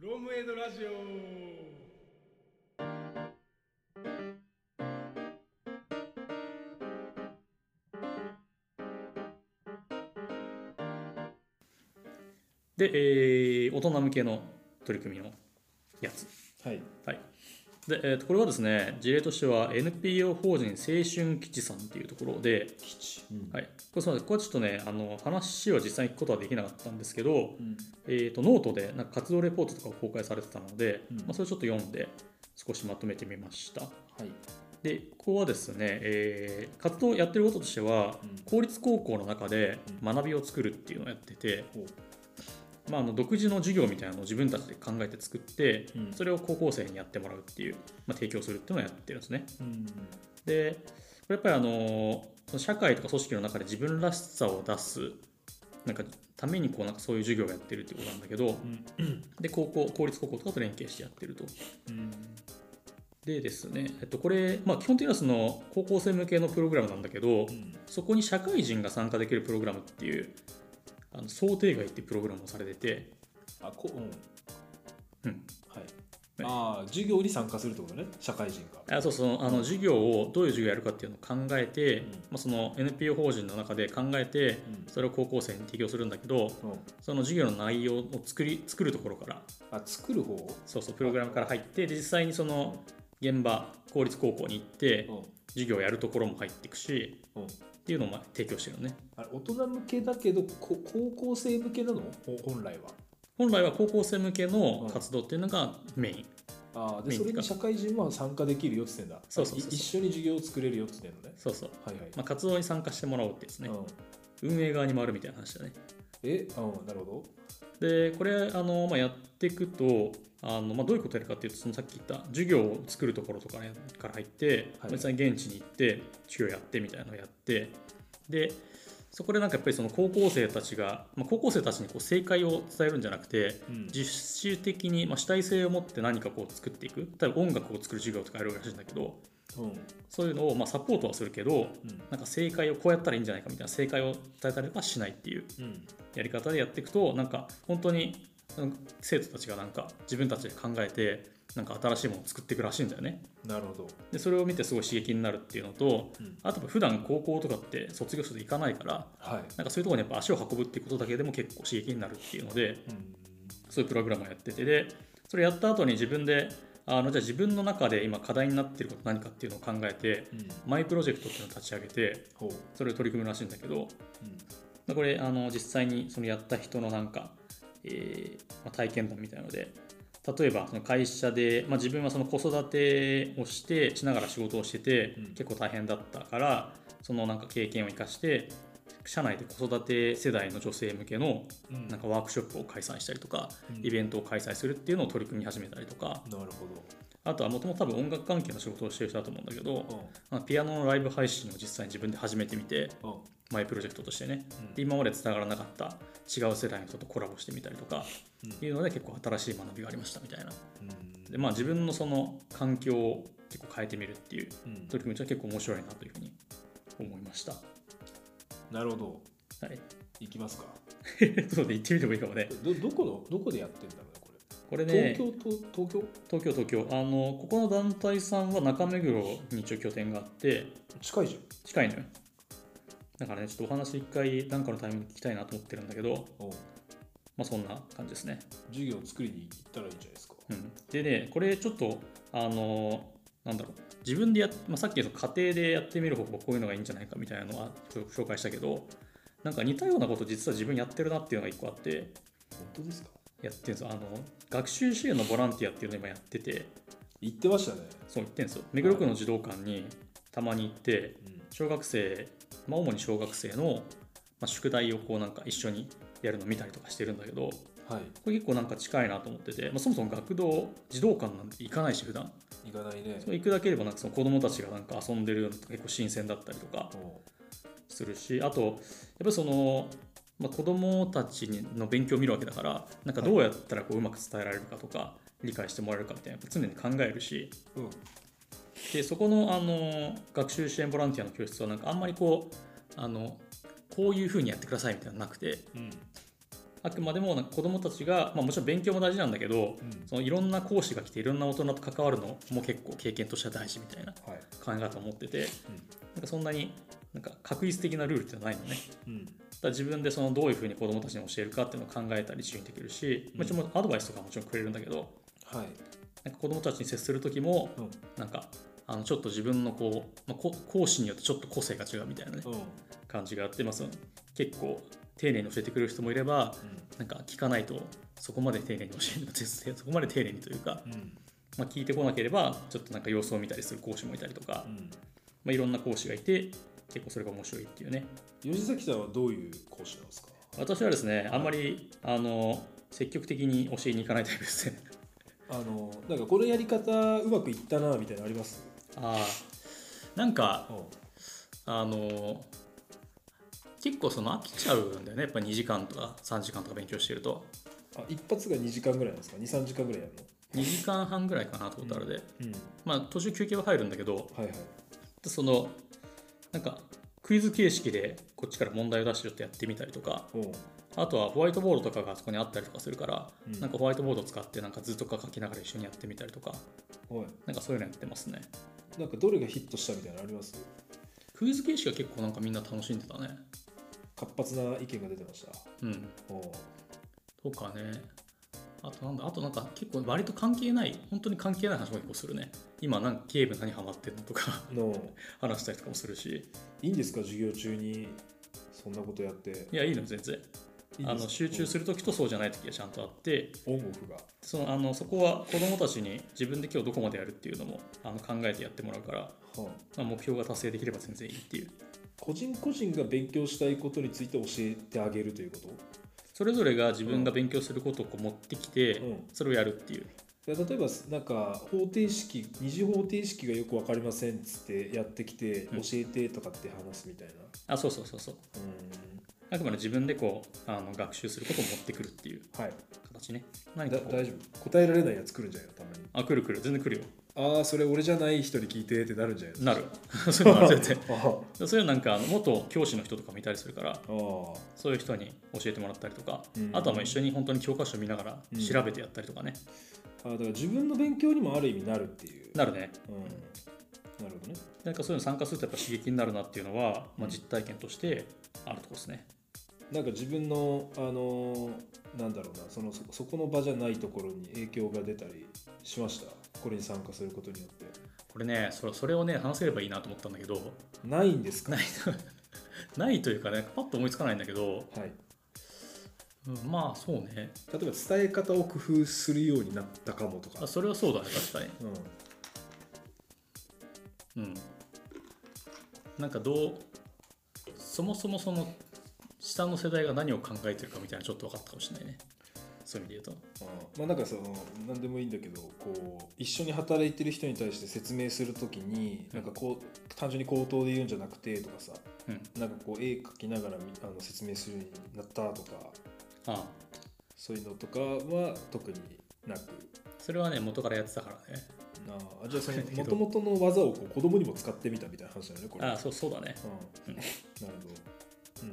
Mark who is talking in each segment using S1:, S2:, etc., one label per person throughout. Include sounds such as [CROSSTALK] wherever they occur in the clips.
S1: フロムエドラジオ
S2: で、えー大人向けの取り組みのやつ。
S3: はい。
S2: はい。で、えーとこれはですね、事例としては NPO 法人青春基地さんっていうところで、
S3: うん
S2: はい、これそうなんですこれはちょっとねあの話は実際に聞くことはできなかったんですけど、
S3: ん
S2: えー、とノートでなんか活動レポートとかを公開されてたので、
S3: うん
S2: まあ、それをちょっと読んで少しまとめてみました
S3: はい。
S2: でここはですね、えー活動をやってることとしては、
S3: うん
S2: 公立高校の中で
S3: う
S2: 学びを作るっていうのをやってて、
S3: ほう
S2: まあ、あの独自の授業みたいなのを自分たちで考えて作って、
S3: うん
S2: それを高校生にやってもらうっていう、まあ、提供するっていうのをやってるんですね
S3: うん。
S2: でこれやっぱりあのその社会とか組織の中で自分らしさを出すなんかためにこうなんかそういう授業をやってるってことなんだけど
S3: うん。
S2: で高校公立高校とかと連携してやってると
S3: うん。
S2: でですね、えっと、これ、まあ、基本的にはその高校生向けのプログラムなんだけど、そこに社会人が参加できるプログラムっていうあの想定外っていうプログラムをされてて、
S3: あ、こう、うん。
S2: うん、
S3: はい。ああ、授業に参加するってことね。社会人が。
S2: あそうそうあの授業をどういう授業をやるかっていうのを考えて、
S3: うん
S2: まあ、その NPO 法人の中で考えて
S3: うん
S2: それを高校生に提供するんだけど
S3: うん。
S2: その授業の内容を作り作るところから
S3: あ、作る方。
S2: そうそうプログラムから入ってで実際にその現場公立高校に行って
S3: うん。
S2: 授業をやるところも入っていくし
S3: うん。
S2: っていうのをまあ提供してるのね
S3: あれ、大人向けだけど、こ高校生向けなの。ほ本来は。
S2: 本来は高校生向けの活動っていうのがメイン、
S3: ああ、
S2: メ
S3: で、
S2: イン
S3: それに社会人は参加できるよって言ってんだ。
S2: そうそうそう
S3: あい一緒に授業を作れるよって言ってんのね。
S2: そうそう、
S3: はいはい。
S2: まあ、活動に参加してもらおうってですね、
S3: うん。
S2: 運営側に回るみたいな話だね
S3: え、うん、なるほど。
S2: でこれあの、まあ、やっていくとあの、まあ、どういうことやるかっていうとそのさっき言った授業を作るところとか、ね、から入って、
S3: はい
S2: 実際に現地に行って授業やってみたいなのをやってでそこでなんかやっぱりその高校生たちが、まあ、高校生たちにこう正解を伝えるんじゃなくて
S3: うん
S2: 実習的に、まあ、主体性を持って何かこう作っていく例えば音楽を作る授業とかやるらしいんだけど
S3: うん。
S2: そういうのをまあサポートはするけど
S3: うん。
S2: なんか正解をこうやったらいいんじゃないかみたいな正解を伝えたりはしないっていう
S3: うん。
S2: やり方でやっていくとなんか本当にあの生徒たちがなんか自分たちで考えてなんか新しいものを作っていくらしいんだよね
S3: なるほど。
S2: でそれを見てすごい刺激になるっていうのと
S3: うん。
S2: あとやっぱ普段高校とかって卒業生で行かないから
S3: はい。
S2: なんかそういうところにやっぱ足を運ぶっていうことだけでも結構刺激になるっていうので
S3: うん。
S2: そういうプログラムをやっててでそれやった後に自分であのじゃあ自分の中で今課題になってること何かっていうのを考えて
S3: うん。
S2: マイプロジェクトっていうのを立ち上げて
S3: ほう。
S2: それを取り組むらしいんだけど
S3: うん。
S2: まあこれあの実際にそのやった人のなんか、えーまあ体験談みたいので例えばその会社で、まあ、自分はその子育てをしてしながら仕事をしてて、
S3: うん
S2: 結構大変だったからそのなんか経験を生かして社内で子育て世代の女性向けの
S3: うん
S2: なんかワークショップを開催したりとか、
S3: うん
S2: イベントを開催するっていうのを取り組み始めたりとか
S3: なるほど。
S2: あとはもともと多分音楽関係の仕事をしてる人だと思うんだけど、
S3: うん
S2: まあピアノのライブ配信を実際に自分で始めてみて
S3: うん
S2: マイプロジェクトとしてね
S3: うん
S2: で今まで繋がらなかった違う世代の人とコラボしてみたりとか
S3: うん
S2: いうので結構新しい学びがありましたみたいな
S3: うん
S2: でまあ自分のその環境を結構変えてみるっていう
S3: うん
S2: 取り組みとしては結構面白いなというふうに思いましたは
S3: なるほど。
S2: い [LAUGHS]
S3: いきますか。
S2: そうで行ってみてもいいかもね
S3: どどこのどこでやってんだろうねこ
S2: これ
S3: れ。
S2: ね
S3: 東京と東京
S2: 東京東京あのここの団体さんは中目黒に一応拠点があって
S3: 近いじ
S2: 近いのよだからねちょっとお話一回なんかのタイミングで聞きたいなと思ってるんだけど
S3: ゃん。うん
S2: まあそんな感じですね
S3: 授業を作りに行ったらいいじゃないですか。
S2: うん、でねこれちょっとあのなんだろう自分でやっ、まあ、さっきの家庭でやってみる方法こういうのがいいんじゃないかみたいなのはちょっと紹介したけどなんか似たようなこと実は自分やってるなっていうのが一個あって
S3: 本当ですか。
S2: やってるんですよあの学習支援のボランティアっていうのを今やってて
S3: 行ってましたね。
S2: そう言ってるんですよ目黒区の児童館にたまに行って
S3: うん
S2: 小学生、まあ、主に小学生の、まあ、宿題をこうなんか一緒にやるのを見たりとかしてるんだけど
S3: はい。
S2: これ結構なんか近いなと思ってて、まあ、そもそも学童児童館なんて行かないし普段
S3: 行かないね
S2: そ。う行くだけでもなんかその子供たちがなんか遊んでるのとか結構新鮮だったりとか
S3: う
S2: するしあとやっぱりその、まあ、子供たちの勉強を見るわけだからなんかどうやったらこううまく伝えられるかとか理解してもらえるかみたいなやっぱ常に考えるし
S3: ん。うん。
S2: でそこのあの学習支援ボランティアの教室はなんかあんまりこうあのこういうふうにやってくださいみたいなのなくて
S3: うん。
S2: あくまでもなんか子どもたちが、まあ、もちろん勉強も大事なんだけど
S3: うん
S2: そのいろんな講師が来ていろんな大人と関わるのも結構経験としては大事みたいな
S3: はい
S2: 考え方を持っててなんかそんなになんか確率的なルールってのはないのね
S3: うんうん
S2: だから自分でそのどういうふうに子どもたちに教えるかっていうのを考えたり自由にできるし、もちろんアドバイスとかもちろんくれるんだけど
S3: はい
S2: なんか子どもたちに接する時も
S3: うん
S2: なんかあのちょっと自分のこう、まあ、こ講師によってちょっと個性が違うみたいな、ね
S3: うんうん
S2: 感じがあってます結構丁寧に教えてくれる人もいればなんか聞かないとそこまで丁寧に教える [LAUGHS] そこまで丁寧にというか、
S3: うん
S2: まあ、聞いてこなければちょっとなんか様子を見たりする講師もいたりとか
S3: う、ん
S2: まあ、いろんな講師がいて結構それが面白いっていうね
S3: 吉崎さんはどういう講師なんですか
S2: 私はですねあんまりあの積極的に教えに行かないタイプですね
S3: あのなんかこのやり方うまくいったなみたいなのあります
S2: ああなんか
S3: うん
S2: あの結構その飽きちゃうんだよねやっぱ2時間とか3時間とか勉強してると
S3: あ一発が2時間ぐらいなんですか23時間ぐらいやる
S2: 2時間半ぐらいかなトータルで、
S3: の
S2: まあ、途中休憩は入るんだけど
S3: うんはいはい
S2: そのなんかクイズ形式でこっちから問題を出してちょっとやってみたりとか
S3: おう
S2: あとはホワイトボードとかがあそこにあったりとかするから、
S3: うん
S2: なんかホワイトボードを使ってなんか図とか書きながら一緒にやってみたりとか
S3: はい
S2: なんかそういうのやってますね
S3: なんかどれがヒットしたみたいなのあります
S2: クイズ形式は結構なんかみんな楽しんでたね
S3: 活発な意見が出てました
S2: うん
S3: おう
S2: とかねあとなんだあとなんか結構割と関係ない本当に関係ない話も結構するね今なんかゲーム何ハマってんのとか [LAUGHS]
S3: の
S2: 話したりとかもするし
S3: いいんですか授業中にそんなことやって
S2: いやいいの全然
S3: いいんですか
S2: あの集中する時とそうじゃない時がちゃんとあって
S3: オンオフが
S2: そのあのそこは子どもたちに自分で今日どこまでやるっていうのもあの考えてやってもらうから、
S3: はあ
S2: まあ、目標が達成できれば全然いいっていう
S3: 個人個人が勉強したいことについて教えてあげるということ
S2: それぞれが自分が勉強することをこう持ってきて、
S3: うん
S2: それをやるっていう
S3: いや例えばなんか方程式二次方程式がよく分かりませんっつってやってきて
S2: う
S3: 教
S2: ん
S3: えてとかって話すみたいな
S2: あそうそうそうそう
S3: う
S2: あくまで自分でこうあの学習することを持ってくるっていうん
S3: はい
S2: 形ね何
S3: だ
S2: かこう
S3: 大丈夫答えられないやつ来るんじゃないのたまに
S2: あくるくる全然来るよ
S3: ああそれ俺じゃない人に聞いてってなるんじゃないの
S2: なる [LAUGHS] そういうのは全然
S3: ああ
S2: [LAUGHS] そういうのなんかあの元教師の人とかもいたりするから
S3: ああ
S2: そういう人に教えてもらったりとか、
S3: うん
S2: あとはもう一緒に本当に教科書見ながら
S3: うん
S2: 調べてやったりとかね、
S3: あだから自分の勉強にもある意味なるっていう
S2: なるね
S3: うん、なるほどね
S2: なんかそういうの参加するとやっぱ刺激になるなっていうのは、ま
S3: うん
S2: あ、実体験としてあるとこですね。
S3: なんか自分のあのーなんだろうなそのそそこの場じゃないところに影響が出たりしましたこれに参加することによって
S2: これねそれそれをね話せればいいなと思ったんだけど [LAUGHS]
S3: ないんですか
S2: ない [LAUGHS] ないというかねパッと思いつかないんだけど、
S3: はい
S2: うんまあそうね
S3: 例えば伝え方を工夫するようになったかもと
S2: あそれはそうだね確かに。
S3: うん、
S2: うん、なんかどうそもそもその下の世代が何を考えてるかみたいなのちょっと分かったかもしれないねそういう意味で言う
S3: まあなんかその何でもいいんだけどこう一緒に働いてる人に対して説明するときになんかこう単純に口頭で言うんじゃなくてとかさ
S2: と。うん、
S3: なんかこう絵描きながらみあの説明するようになったとか
S2: あ
S3: そういうのとかは特になく
S2: それはね元からやってたからね。
S3: なあじゃあその
S2: け
S3: も
S2: ど
S3: ともとの技をこう子供にも使ってみたみたいな話だよねこれ
S2: あそうそうだね。
S3: うん、なるほど、うん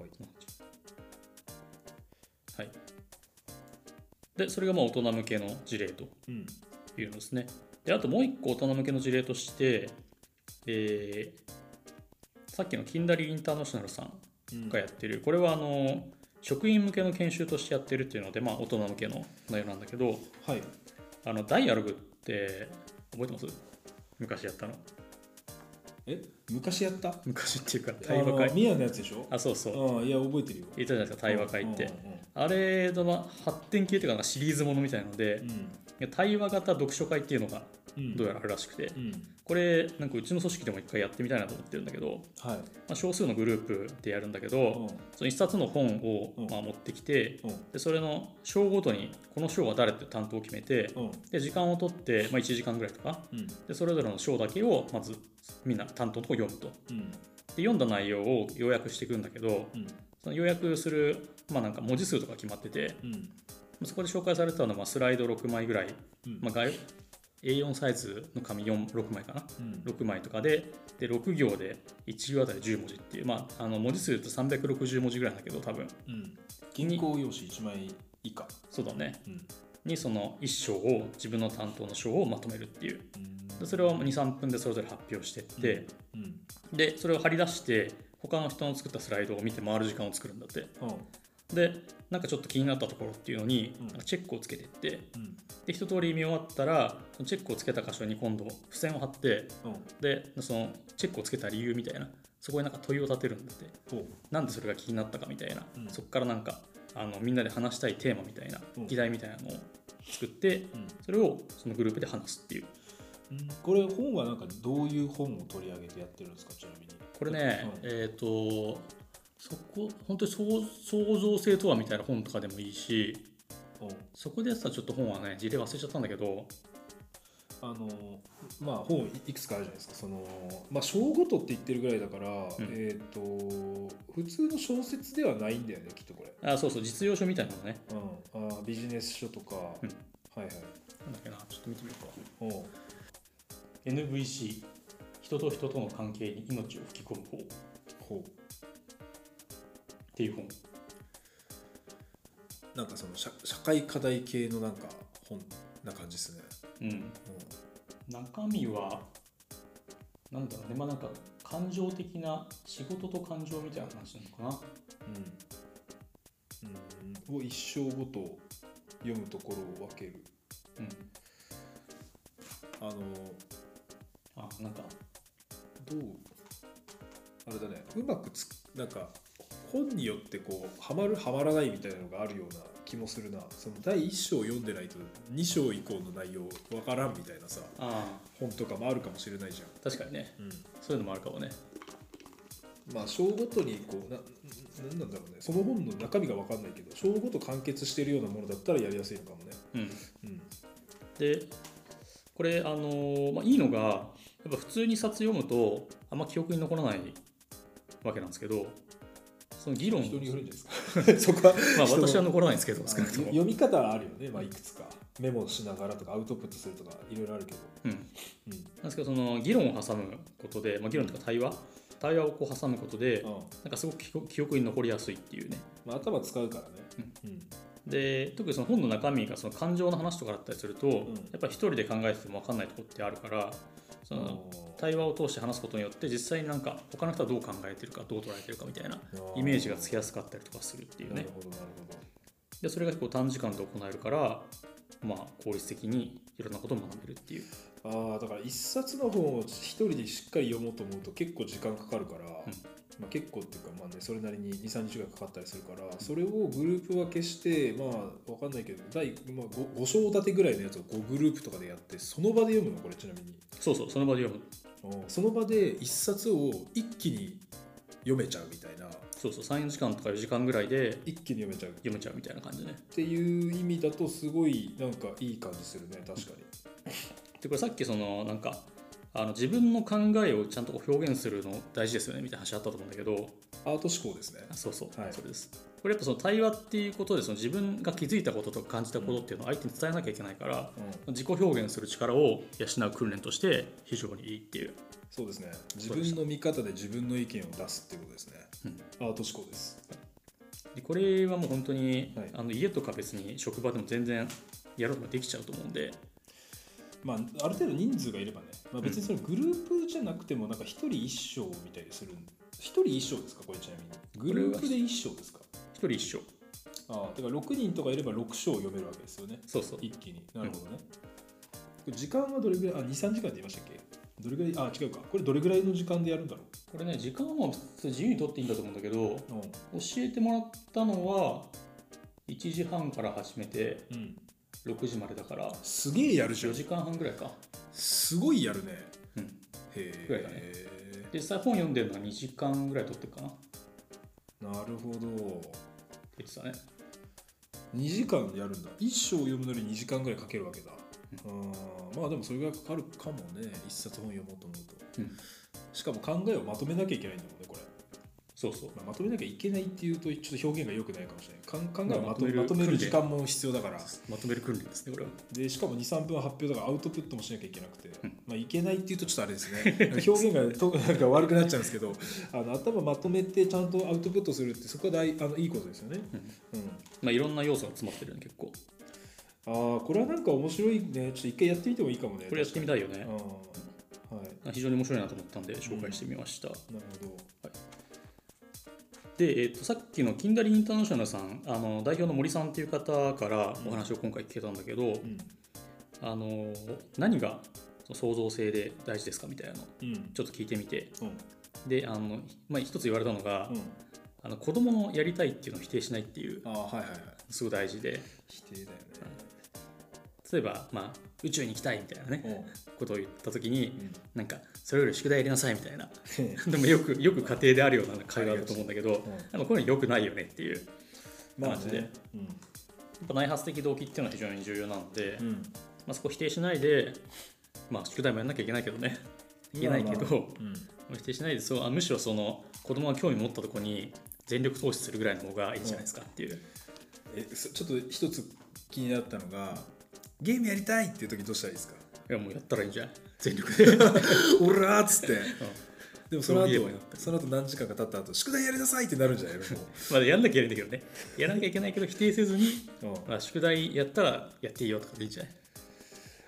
S3: はい、
S2: はい、でそれがまあ大人向けの事例と
S3: うん
S2: いうのですね。であともう一個大人向けの事例として、えーさっきのキンダリインターナショナルさん
S3: うん
S2: がやってる、これはあの職員向けの研修としてやってるっていうので、まあ、大人向けの内容なんだけど
S3: はい
S2: あのダイアログって覚えてます昔やったの
S3: え昔やった
S2: 昔っていうか
S3: あ
S2: 対話
S3: の
S2: 会
S3: ミヤのやつでしょ
S2: あそうそう
S3: うんいや覚えてるよ
S2: 言ったじゃないですか対話会って、あれのまあ発展系というかなんかシリーズものみたいので
S3: うん、うん
S2: いや対話型読書会っていうのが
S3: うん
S2: どうやらあるらしくて、
S3: うん
S2: これなんかうちの組織でも一回やってみたいなと思ってるんだけど、
S3: はい
S2: まあ、少数のグループでやるんだけ
S3: う
S2: ど、
S3: ん
S2: その一冊の本を
S3: うん
S2: まあ持ってきて、
S3: うん
S2: でそれの章ごとにこの章は誰って担当を決めて、
S3: うん
S2: で時間を取って、まあ、1時間ぐらいとか
S3: うん
S2: でそれぞれの章だけをまずみんな担当のとこ読むと
S3: うん
S2: で読んだ内容を要約していくんだけど
S3: うん
S2: その要約する、まあ、なんか文字数とか決まってて
S3: うん
S2: そこで紹介されてたのはまあスライド6枚ぐらい
S3: うん
S2: まあ、概 A4 サイズの紙46枚かな
S3: うん
S2: 6枚とかでで6行で1行あたり10文字っていう、まあ、あの文字数で言うと360文字ぐらいなんだけど多分
S3: うん、銀行用紙1枚以下、
S2: そうだね
S3: うん
S2: にその1章を自分の担当の章をまとめるっていうでそれを23分でそれぞれ発表してって、
S3: うん
S2: でそれを貼り出して他の人の作ったスライドを見て回る時間を作るんだって
S3: うん
S2: でなんかちょっと気になったところっていうのに、
S3: うん
S2: なんかチェックをつけてって
S3: うん
S2: で一通り見終わったらそのチェックをつけた箇所に今度付箋を貼って
S3: うん
S2: でそのチェックをつけた理由みたいなそこになんか問いを立てるんだって
S3: ほう
S2: なんでそれが気になったかみたいな、
S3: うん
S2: そこからなんかあのみんなで話したいテーマみたいな、
S3: うん
S2: 議題みたいなのを作ってそれをそのグループで話すっていう
S3: うんこれ本はなんかどういう本を取り上げてやってるんですかちなみに
S2: これね、
S3: うん
S2: えっ、とそこ本当に創創造性とはみたいな本とかでもいいし
S3: うん
S2: そこでやってたちょっと本はね事例忘れちゃったんだけど
S3: あのまあ本いいくつかあるじゃないですかそのまあ章ごとって言ってるぐらいだから、えっ、と普通の小説ではないんだよねきっとこれ、
S2: あそうそう実用書みたいなのね
S3: うん、あービジネス書とか、
S2: うん
S3: はいはい
S2: なんだっけなちょっと見てみよう
S3: おう
S2: か NVC 人と人との関係に命を吹き込む方っ
S3: ほ
S2: ていう本
S3: うなんかその社社会課題系のなんか本な感じですね、
S2: うん中身はなんだろうねまあなんか感情的な仕事と感情みたいな話なのか
S3: うんうん、を一生ごと読むところを分ける
S2: なうん
S3: あの
S2: あなんか
S3: どうあれだねうまくつなんか本によってこうハマるハマらないみたいなのがあるような気もするなその第1章を読んでないと2章以降の内容わからんみたいなさ
S2: あ
S3: 本とかもあるかもしれないじ
S2: あ確かにね
S3: ゃん、
S2: そういうのもあるかもね
S3: まあ章ごとにこうななんなんだろうねその本の中身がわかんないけど章ごと完結してるようなものだったらやりやすいのかもね
S2: うん
S3: うん
S2: でこれあのーまあ、いいのがやっぱ普通に冊読むとあんま記憶に残らないわけなんですけどその議論
S3: 人によるんじゃないですか [LAUGHS] そこは
S2: まあ
S3: 人の
S2: 私は残らないんですけど少なくとも、
S3: 読み方はあるよね、まあ、いくつかメモしながらとかアウトプットするとかいろいろあるけど、
S2: うん、
S3: うん
S2: なんですけどその議論を挟むことで、まあ、議論というか対話対話をこう挟むことで
S3: うん
S2: なんかすごく記憶記憶に残りやすいっていうね
S3: まあ、頭使うからね。うん
S2: で特にその本の中身がその感情の話とかだったりすると、
S3: ん
S2: やっぱり一人で考えてても分かんないところってあるからその対話を通して話すことによって実際になんか他の人はどう考えてるかどう捉えてるかみたいなイメージがつき
S3: 合
S2: やすかったりとかするっていう
S3: な
S2: ね
S3: るほど、なるほど。
S2: でそれがこう短時間で行えるから、まあ、効率的にいろんなことを学べるっていう、
S3: ああ、だから一冊の本を一人でしっかり読もうと思うと結構時間かかるから、まあ、結構っていうか、まあね、それなりに2、3日がかかったりするから、それをグループ分けして、まあ、わかんないけど、第 5, 5章立てぐらいのやつを5グループとかでやって、その場で読むの、これちなみに。
S2: そうそうその場で読む
S3: うんその場で一冊を一気に読めちゃうみたいな、
S2: そうそう34時間とか4時間ぐらいで
S3: 一気に読めちゃう
S2: 読めちゃうみたいな感じね
S3: っていう意味だと、すごいなんかいい感じするね、確かに。
S2: でこれさっきそのなんかあの自分の考えをちゃんとこう表現するの大事ですよねみたいな話あったと思うんだけど
S3: アート思考ですね。
S2: あそうそう、
S3: はい
S2: それですこれやっぱその対話っていうことでその自分が気づいたこととか感じたことっていうのを相手に伝えなきゃいけないから、自己表現する力を養う訓練として非常にいいっていう、
S3: そうですね。自分の見方で自分の意見を出すってことですね。
S2: うん
S3: アート思考です。
S2: でこれはもう本当に、
S3: はい
S2: あの家とか別に職場でも全然やることができちゃうと思うんで
S3: まあ、ある程度人数がいればね、まあ、別にそのグループじゃなくても、なんか一人一章みたいにするん。一人一章ですか、これちなみに。グループで一章ですか。
S2: 一人一生
S3: ああ、だから6人とかいれば6章読めるわけですよね。
S2: そうそう
S3: 一気に。なるほどね。時間はどれぐらい、あ、2、3時間で言いましたっけどれぐらい、あ、違うか。これどれぐらいの時間でやるんだろ
S2: これね時間は普通自由にとっていいんだと思うんだけど教
S3: う。
S2: えてもらったのは1時半から始めて
S3: うん。うん。
S2: 6時までだから
S3: すげえやるじゃ
S2: 4
S3: ん。
S2: 時間半ぐらいか、
S3: すごいやるね。
S2: うん、
S3: へえ。
S2: ぐらいだね実際本読んでるのは2時間ぐらい取ってるかなって
S3: なるほど。
S2: 言ってたね
S3: 2時間やるんだ。1章を読むのに2時間ぐらいかけるわけだ。うん、まあでもそれぐらいかかるかもね。1冊本読もうと思う
S2: う
S3: と。
S2: ん
S3: しかも考えをまとめなきゃいけないんだもんね、これ。
S2: そうそう
S3: まあまとめなきゃいけないっていうとちょっと表現が良くないかもしれないかん考えを
S2: まあ
S3: まとめ
S2: ま
S3: ま
S2: と
S3: と
S2: め
S3: め
S2: る
S3: る時間も必要だから
S2: まとめる訓練ですねこれは
S3: でしかも23分は発表だからアウトプットもしなきゃいけなくて、
S2: うん
S3: まあ、いけないっていうとちょっとあれですね
S2: [LAUGHS]
S3: 表現がとなんか悪くなっちゃうんですけどあの頭まとめてちゃんとアウトプットするってそこは大あのいいことですよね、うん、
S2: まあいろんな要素が詰まってるね結構
S3: ああこれはなんか面白いねちょっと一回やってみてもいいかもね
S2: これやってみ
S3: たい
S2: たいよね
S3: はい
S2: 非常に面白いなと思ったんで紹介してみました、
S3: なるほど
S2: で、えっとさっきのキンダリインターナショナルさんあの代表の森さんっていう方からお話を今回聞けたんだけど、
S3: うん
S2: あの何が創造性で大事ですかみたいなのを
S3: うん
S2: ちょっと聞いてみて
S3: うん
S2: であの、まあ、一つ言われたのが、
S3: うん
S2: あの子供のやりたいっていうのを否定しないっていう
S3: ああはいはいはい
S2: すごい大事で
S3: 否定だよね
S2: 例えば、まあ、宇宙に行きたいみたいなね、
S3: うん
S2: ことを言った時に
S3: うん
S2: なんかそれより宿題やりなさいみたいな [LAUGHS] でもよくよく家庭であるような会話だと思うんだけど、
S3: うん
S2: でもこういうのよくないよねっていうや
S3: ま
S2: マ
S3: あ
S2: ジで
S3: ねうん
S2: っぱ内発的動機っていうのは非常に重要なので、
S3: うん
S2: まあ、そこ否定しないで、まあ、宿題もやんなきゃいけないけどねいけないけ
S3: まあまあ
S2: ど
S3: うん
S2: 否定しないでそうあむしろその子供が興味持ったとこに全力投資するぐらいの方がいいんじゃないですかっていう、
S3: えそちょっと一つ気になったのがゲームやりたいっていう時どうしたらい
S2: [LAUGHS]
S3: いですか
S2: いやもうやったらいいんじゃない全力で [LAUGHS]
S3: オラーっつってでもその
S2: そうゲー
S3: 後
S2: ムやった
S3: その後何時間か経った後宿題やりなさいってなるんじゃないのも
S2: まだやんなきゃいけないんだけどねやらなきゃいけないけど否定せずに、 [LAUGHS]
S3: ううん
S2: まあ、宿題やったらやっていいよとかでいいんじゃない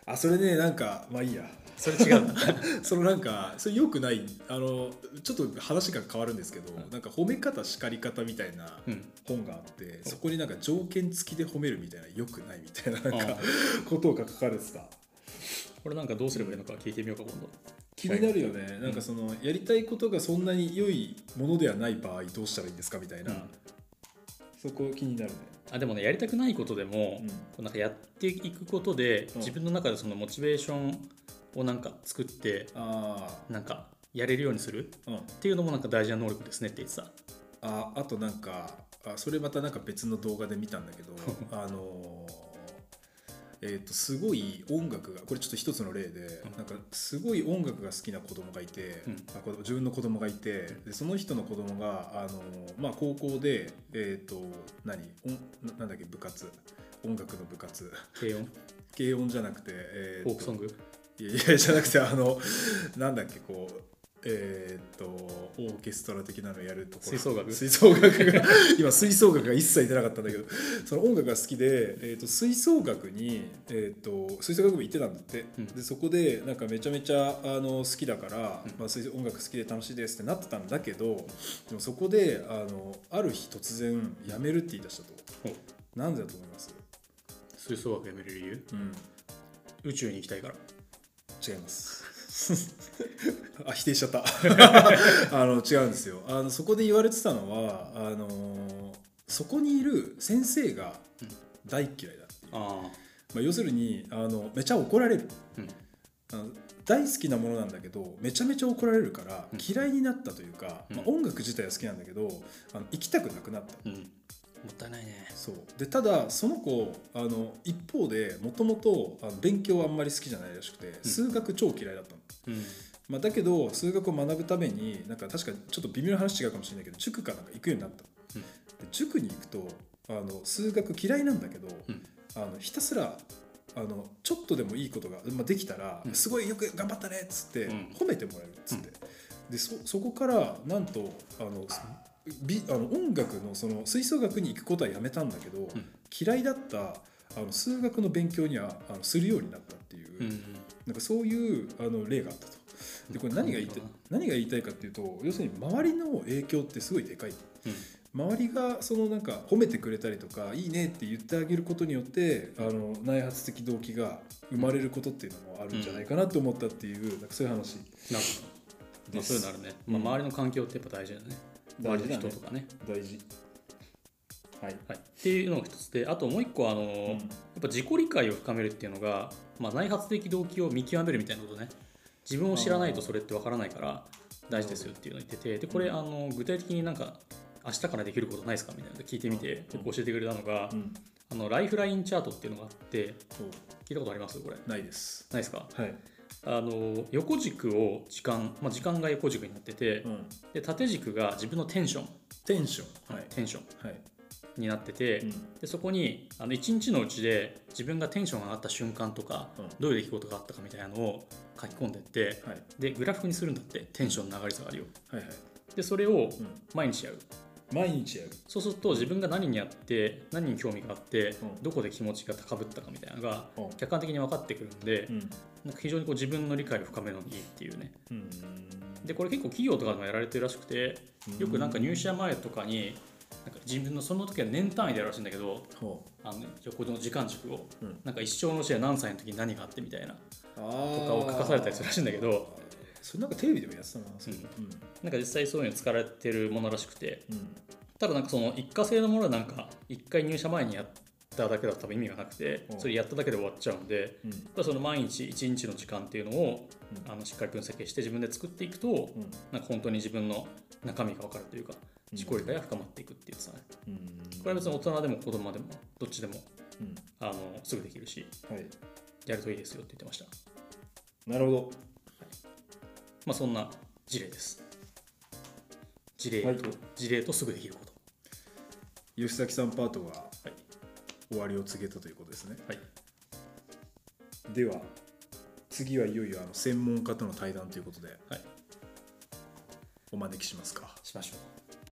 S3: あそれねなんかまあいいや
S2: それ違うな
S3: [LAUGHS] そのなんかそれよくないあのちょっと話が変わるんですけど、なんか褒め方叱り方みたいな
S2: うん
S3: 本があって、そこになんか条件付きで褒めるみたいなよくないみたいななん
S2: あ
S3: かことが書かれてた
S2: これなんかどうすればいいのか聞いてみようか今度
S3: 気になるよねなんかそのやりたいことがそんなに良いものではない場合どうしたらいいんですかみたいな、
S2: うん
S3: そこ気になるね
S2: あでもねやりたくないことでも、
S3: うん
S2: こうなんかやっていくことで、
S3: うん
S2: 自分の中でそのモチベーションをなんか作って
S3: あ
S2: なんかやれるようにする
S3: ー、うん、
S2: っていうのもなんか大事な能力ですねって言ってた
S3: ああとなんかあそれまたなんか別の動画で見たんだ
S2: [LAUGHS]
S3: けどあのーえっ、とすごい音楽がこれちょっと一つの例で、
S2: うん
S3: なんかすごい音楽が好きな子供がいて、
S2: うん
S3: あ子供自分の子供がいてでその人の子供があのーまあ高校でえっ、と何音ななんだっけ部活音楽の部活 [LAUGHS]
S2: 軽音
S3: 軽音じゃなくて、えー
S2: フォ
S3: と
S2: ークソング
S3: いや [LAUGHS] いやじゃなくてあのなんだっけこうえーっとオーケストラ的なのやるところ
S2: 吹奏楽
S3: 吹奏楽が [LAUGHS] 今吹奏楽が一切出なかったんだけどその音楽が好きで、えーっと吹奏楽に、えーっと吹奏楽部行ってたんだって、
S2: うん
S3: でそこでなんかめちゃめちゃあの好きだから、
S2: うん
S3: まあ、吹音楽好きで楽しいですってなってたんだけどでもそこであのある日突然辞めるって言い出したと、
S2: ほ
S3: なんでだと思います、
S2: 吹奏楽やめる理由
S3: うん
S2: 宇宙に行きたい
S3: [LAUGHS]
S2: から
S3: 違います。 [LAUGHS] あ否定しちゃったあの違うんですよあのそこで言われてたのはあのそこにいる先生が
S2: うん
S3: 大っ嫌いだっていう、ま
S2: あ
S3: あ、要するにあのめちゃ怒られる
S2: うん
S3: あの大好きなものなんだけどめちゃめちゃ怒られるから
S2: うん
S3: 嫌いになったというか、
S2: うん
S3: まあ、音楽自体は好きなんだけどあの行きたくなくなった
S2: うんもったいないね
S3: そうでただその子あの一方でもともと勉強はあんまり好きじゃないらしくて数学超嫌いだったの。
S2: うん
S3: まあ、だけど数学を学ぶためになんか確かちょっと微妙な話違うかもしれないけど塾かなんか行くようになった、
S2: うん
S3: で塾に行くとあの数学嫌いなんだけど、
S2: うん
S3: あのひたすらあのちょっとでもいいことが、まあ、できたら、
S2: うん
S3: すごいよく頑張ったねっつって、
S2: うん
S3: 褒めてもらえるっつって、でそそこからなんとあのそびあの音楽のその吹奏楽に行くことはやめたんだけど、
S2: ん
S3: 嫌いだったあの数学の勉強にはあのするようになったっていう。
S2: うん
S3: なんかそういうあの例があったと。でこれ何が言いたい
S2: うん
S3: 何が言いたいかっていうと要するに周りの影響ってすごいでかい。
S2: うん
S3: 周りがそのなんか褒めてくれたりとか「いいね」って言ってあげることによってあの内発的動機が生まれることっていうのもあるんじゃないかなと思ったっていう、なんかそういう話
S2: なるほど、まあ、そういうのあるね、まあ、周りの環境ってやっぱ大事だね周りの人とかね
S3: 大事はい、
S2: はい、っていうのが一つであともう一個あの、やっぱ自己理解を深めるっていうのが、まあ、内発的動機を見極めるみたいなことね自分を知らないとそれってわからないから大事ですよっていうのを言っててでこれあの具体的になんか明日からできることないですかみたいなの聞いてみて
S3: うん
S2: 結構教えてくれたのが、
S3: うん、
S2: あのライフラインチャートっていうのがあって
S3: そう
S2: 聞いたことありますこれ
S3: ないです
S2: ないですか
S3: はい
S2: あの横軸を時間、まあ、時間が横軸になってて、
S3: うん、
S2: で縦軸が自分のテンション、
S3: テンションはい
S2: テンション
S3: はい、
S2: になってて、
S3: うん
S2: でそこにあの1日のうちで自分がテンションが上がった瞬間とか、
S3: うん
S2: どういう出来事があったかみたいなのを書き込んでって
S3: はい
S2: でグラフにするんだってテンションの上がり下がりを
S3: はいはい、
S2: でそれを
S3: うん、
S2: 毎日やる、
S3: 毎日やる
S2: そうすると自分が何にやって何に興味があって、
S3: うん
S2: どこで気持ちが高ぶったかみたいなのが
S3: うん
S2: 客観的に分かってくるんで、
S3: うん
S2: なんか非常にこう自分の理解を深めるのにいいっていうね
S3: うん
S2: でこれ結構企業とかでもやられてるらしくてよくなんか入社前とかになんか自分のその時は年単位でやるらしいんだけど
S3: ほ
S2: あの横の時間軸を、
S3: うん
S2: なんか一生のうちで何歳の時に何があってみたいな
S3: うとかを
S2: を書かされたりするらしいんだけど
S3: それなんかテレビでもやってたなそれ
S2: うん
S3: うん
S2: なんか実際そういうのに使われてるものらしくて
S3: うん
S2: ただなんかその一過性のものはなんか一回入社前にやっただけだと多分意味がなくて
S3: うん
S2: それやっただけで終わっちゃうんでやっ
S3: うん
S2: ぱりその毎日一日の時間っていうのを
S3: うん
S2: あのしっかり分析して自分で作っていくと
S3: うん
S2: なんか本当に自分の中身が分かるというか自己理解が深まっていくっていうさ、ね、
S3: うん
S2: これは別に大人でも子供でもどっちでも
S3: うん
S2: あのすぐできるし
S3: はい
S2: やるといいですよって言ってました
S3: なるほど
S2: まあそんな事例です事例と、
S3: はい
S2: 事例とすぐできること
S3: 吉崎さんパートは
S2: はい、
S3: 終わりを告げたということですね
S2: はい、
S3: では次はいよいよあの専門家との対談ということで
S2: はい、
S3: お招きしますか
S2: しましょう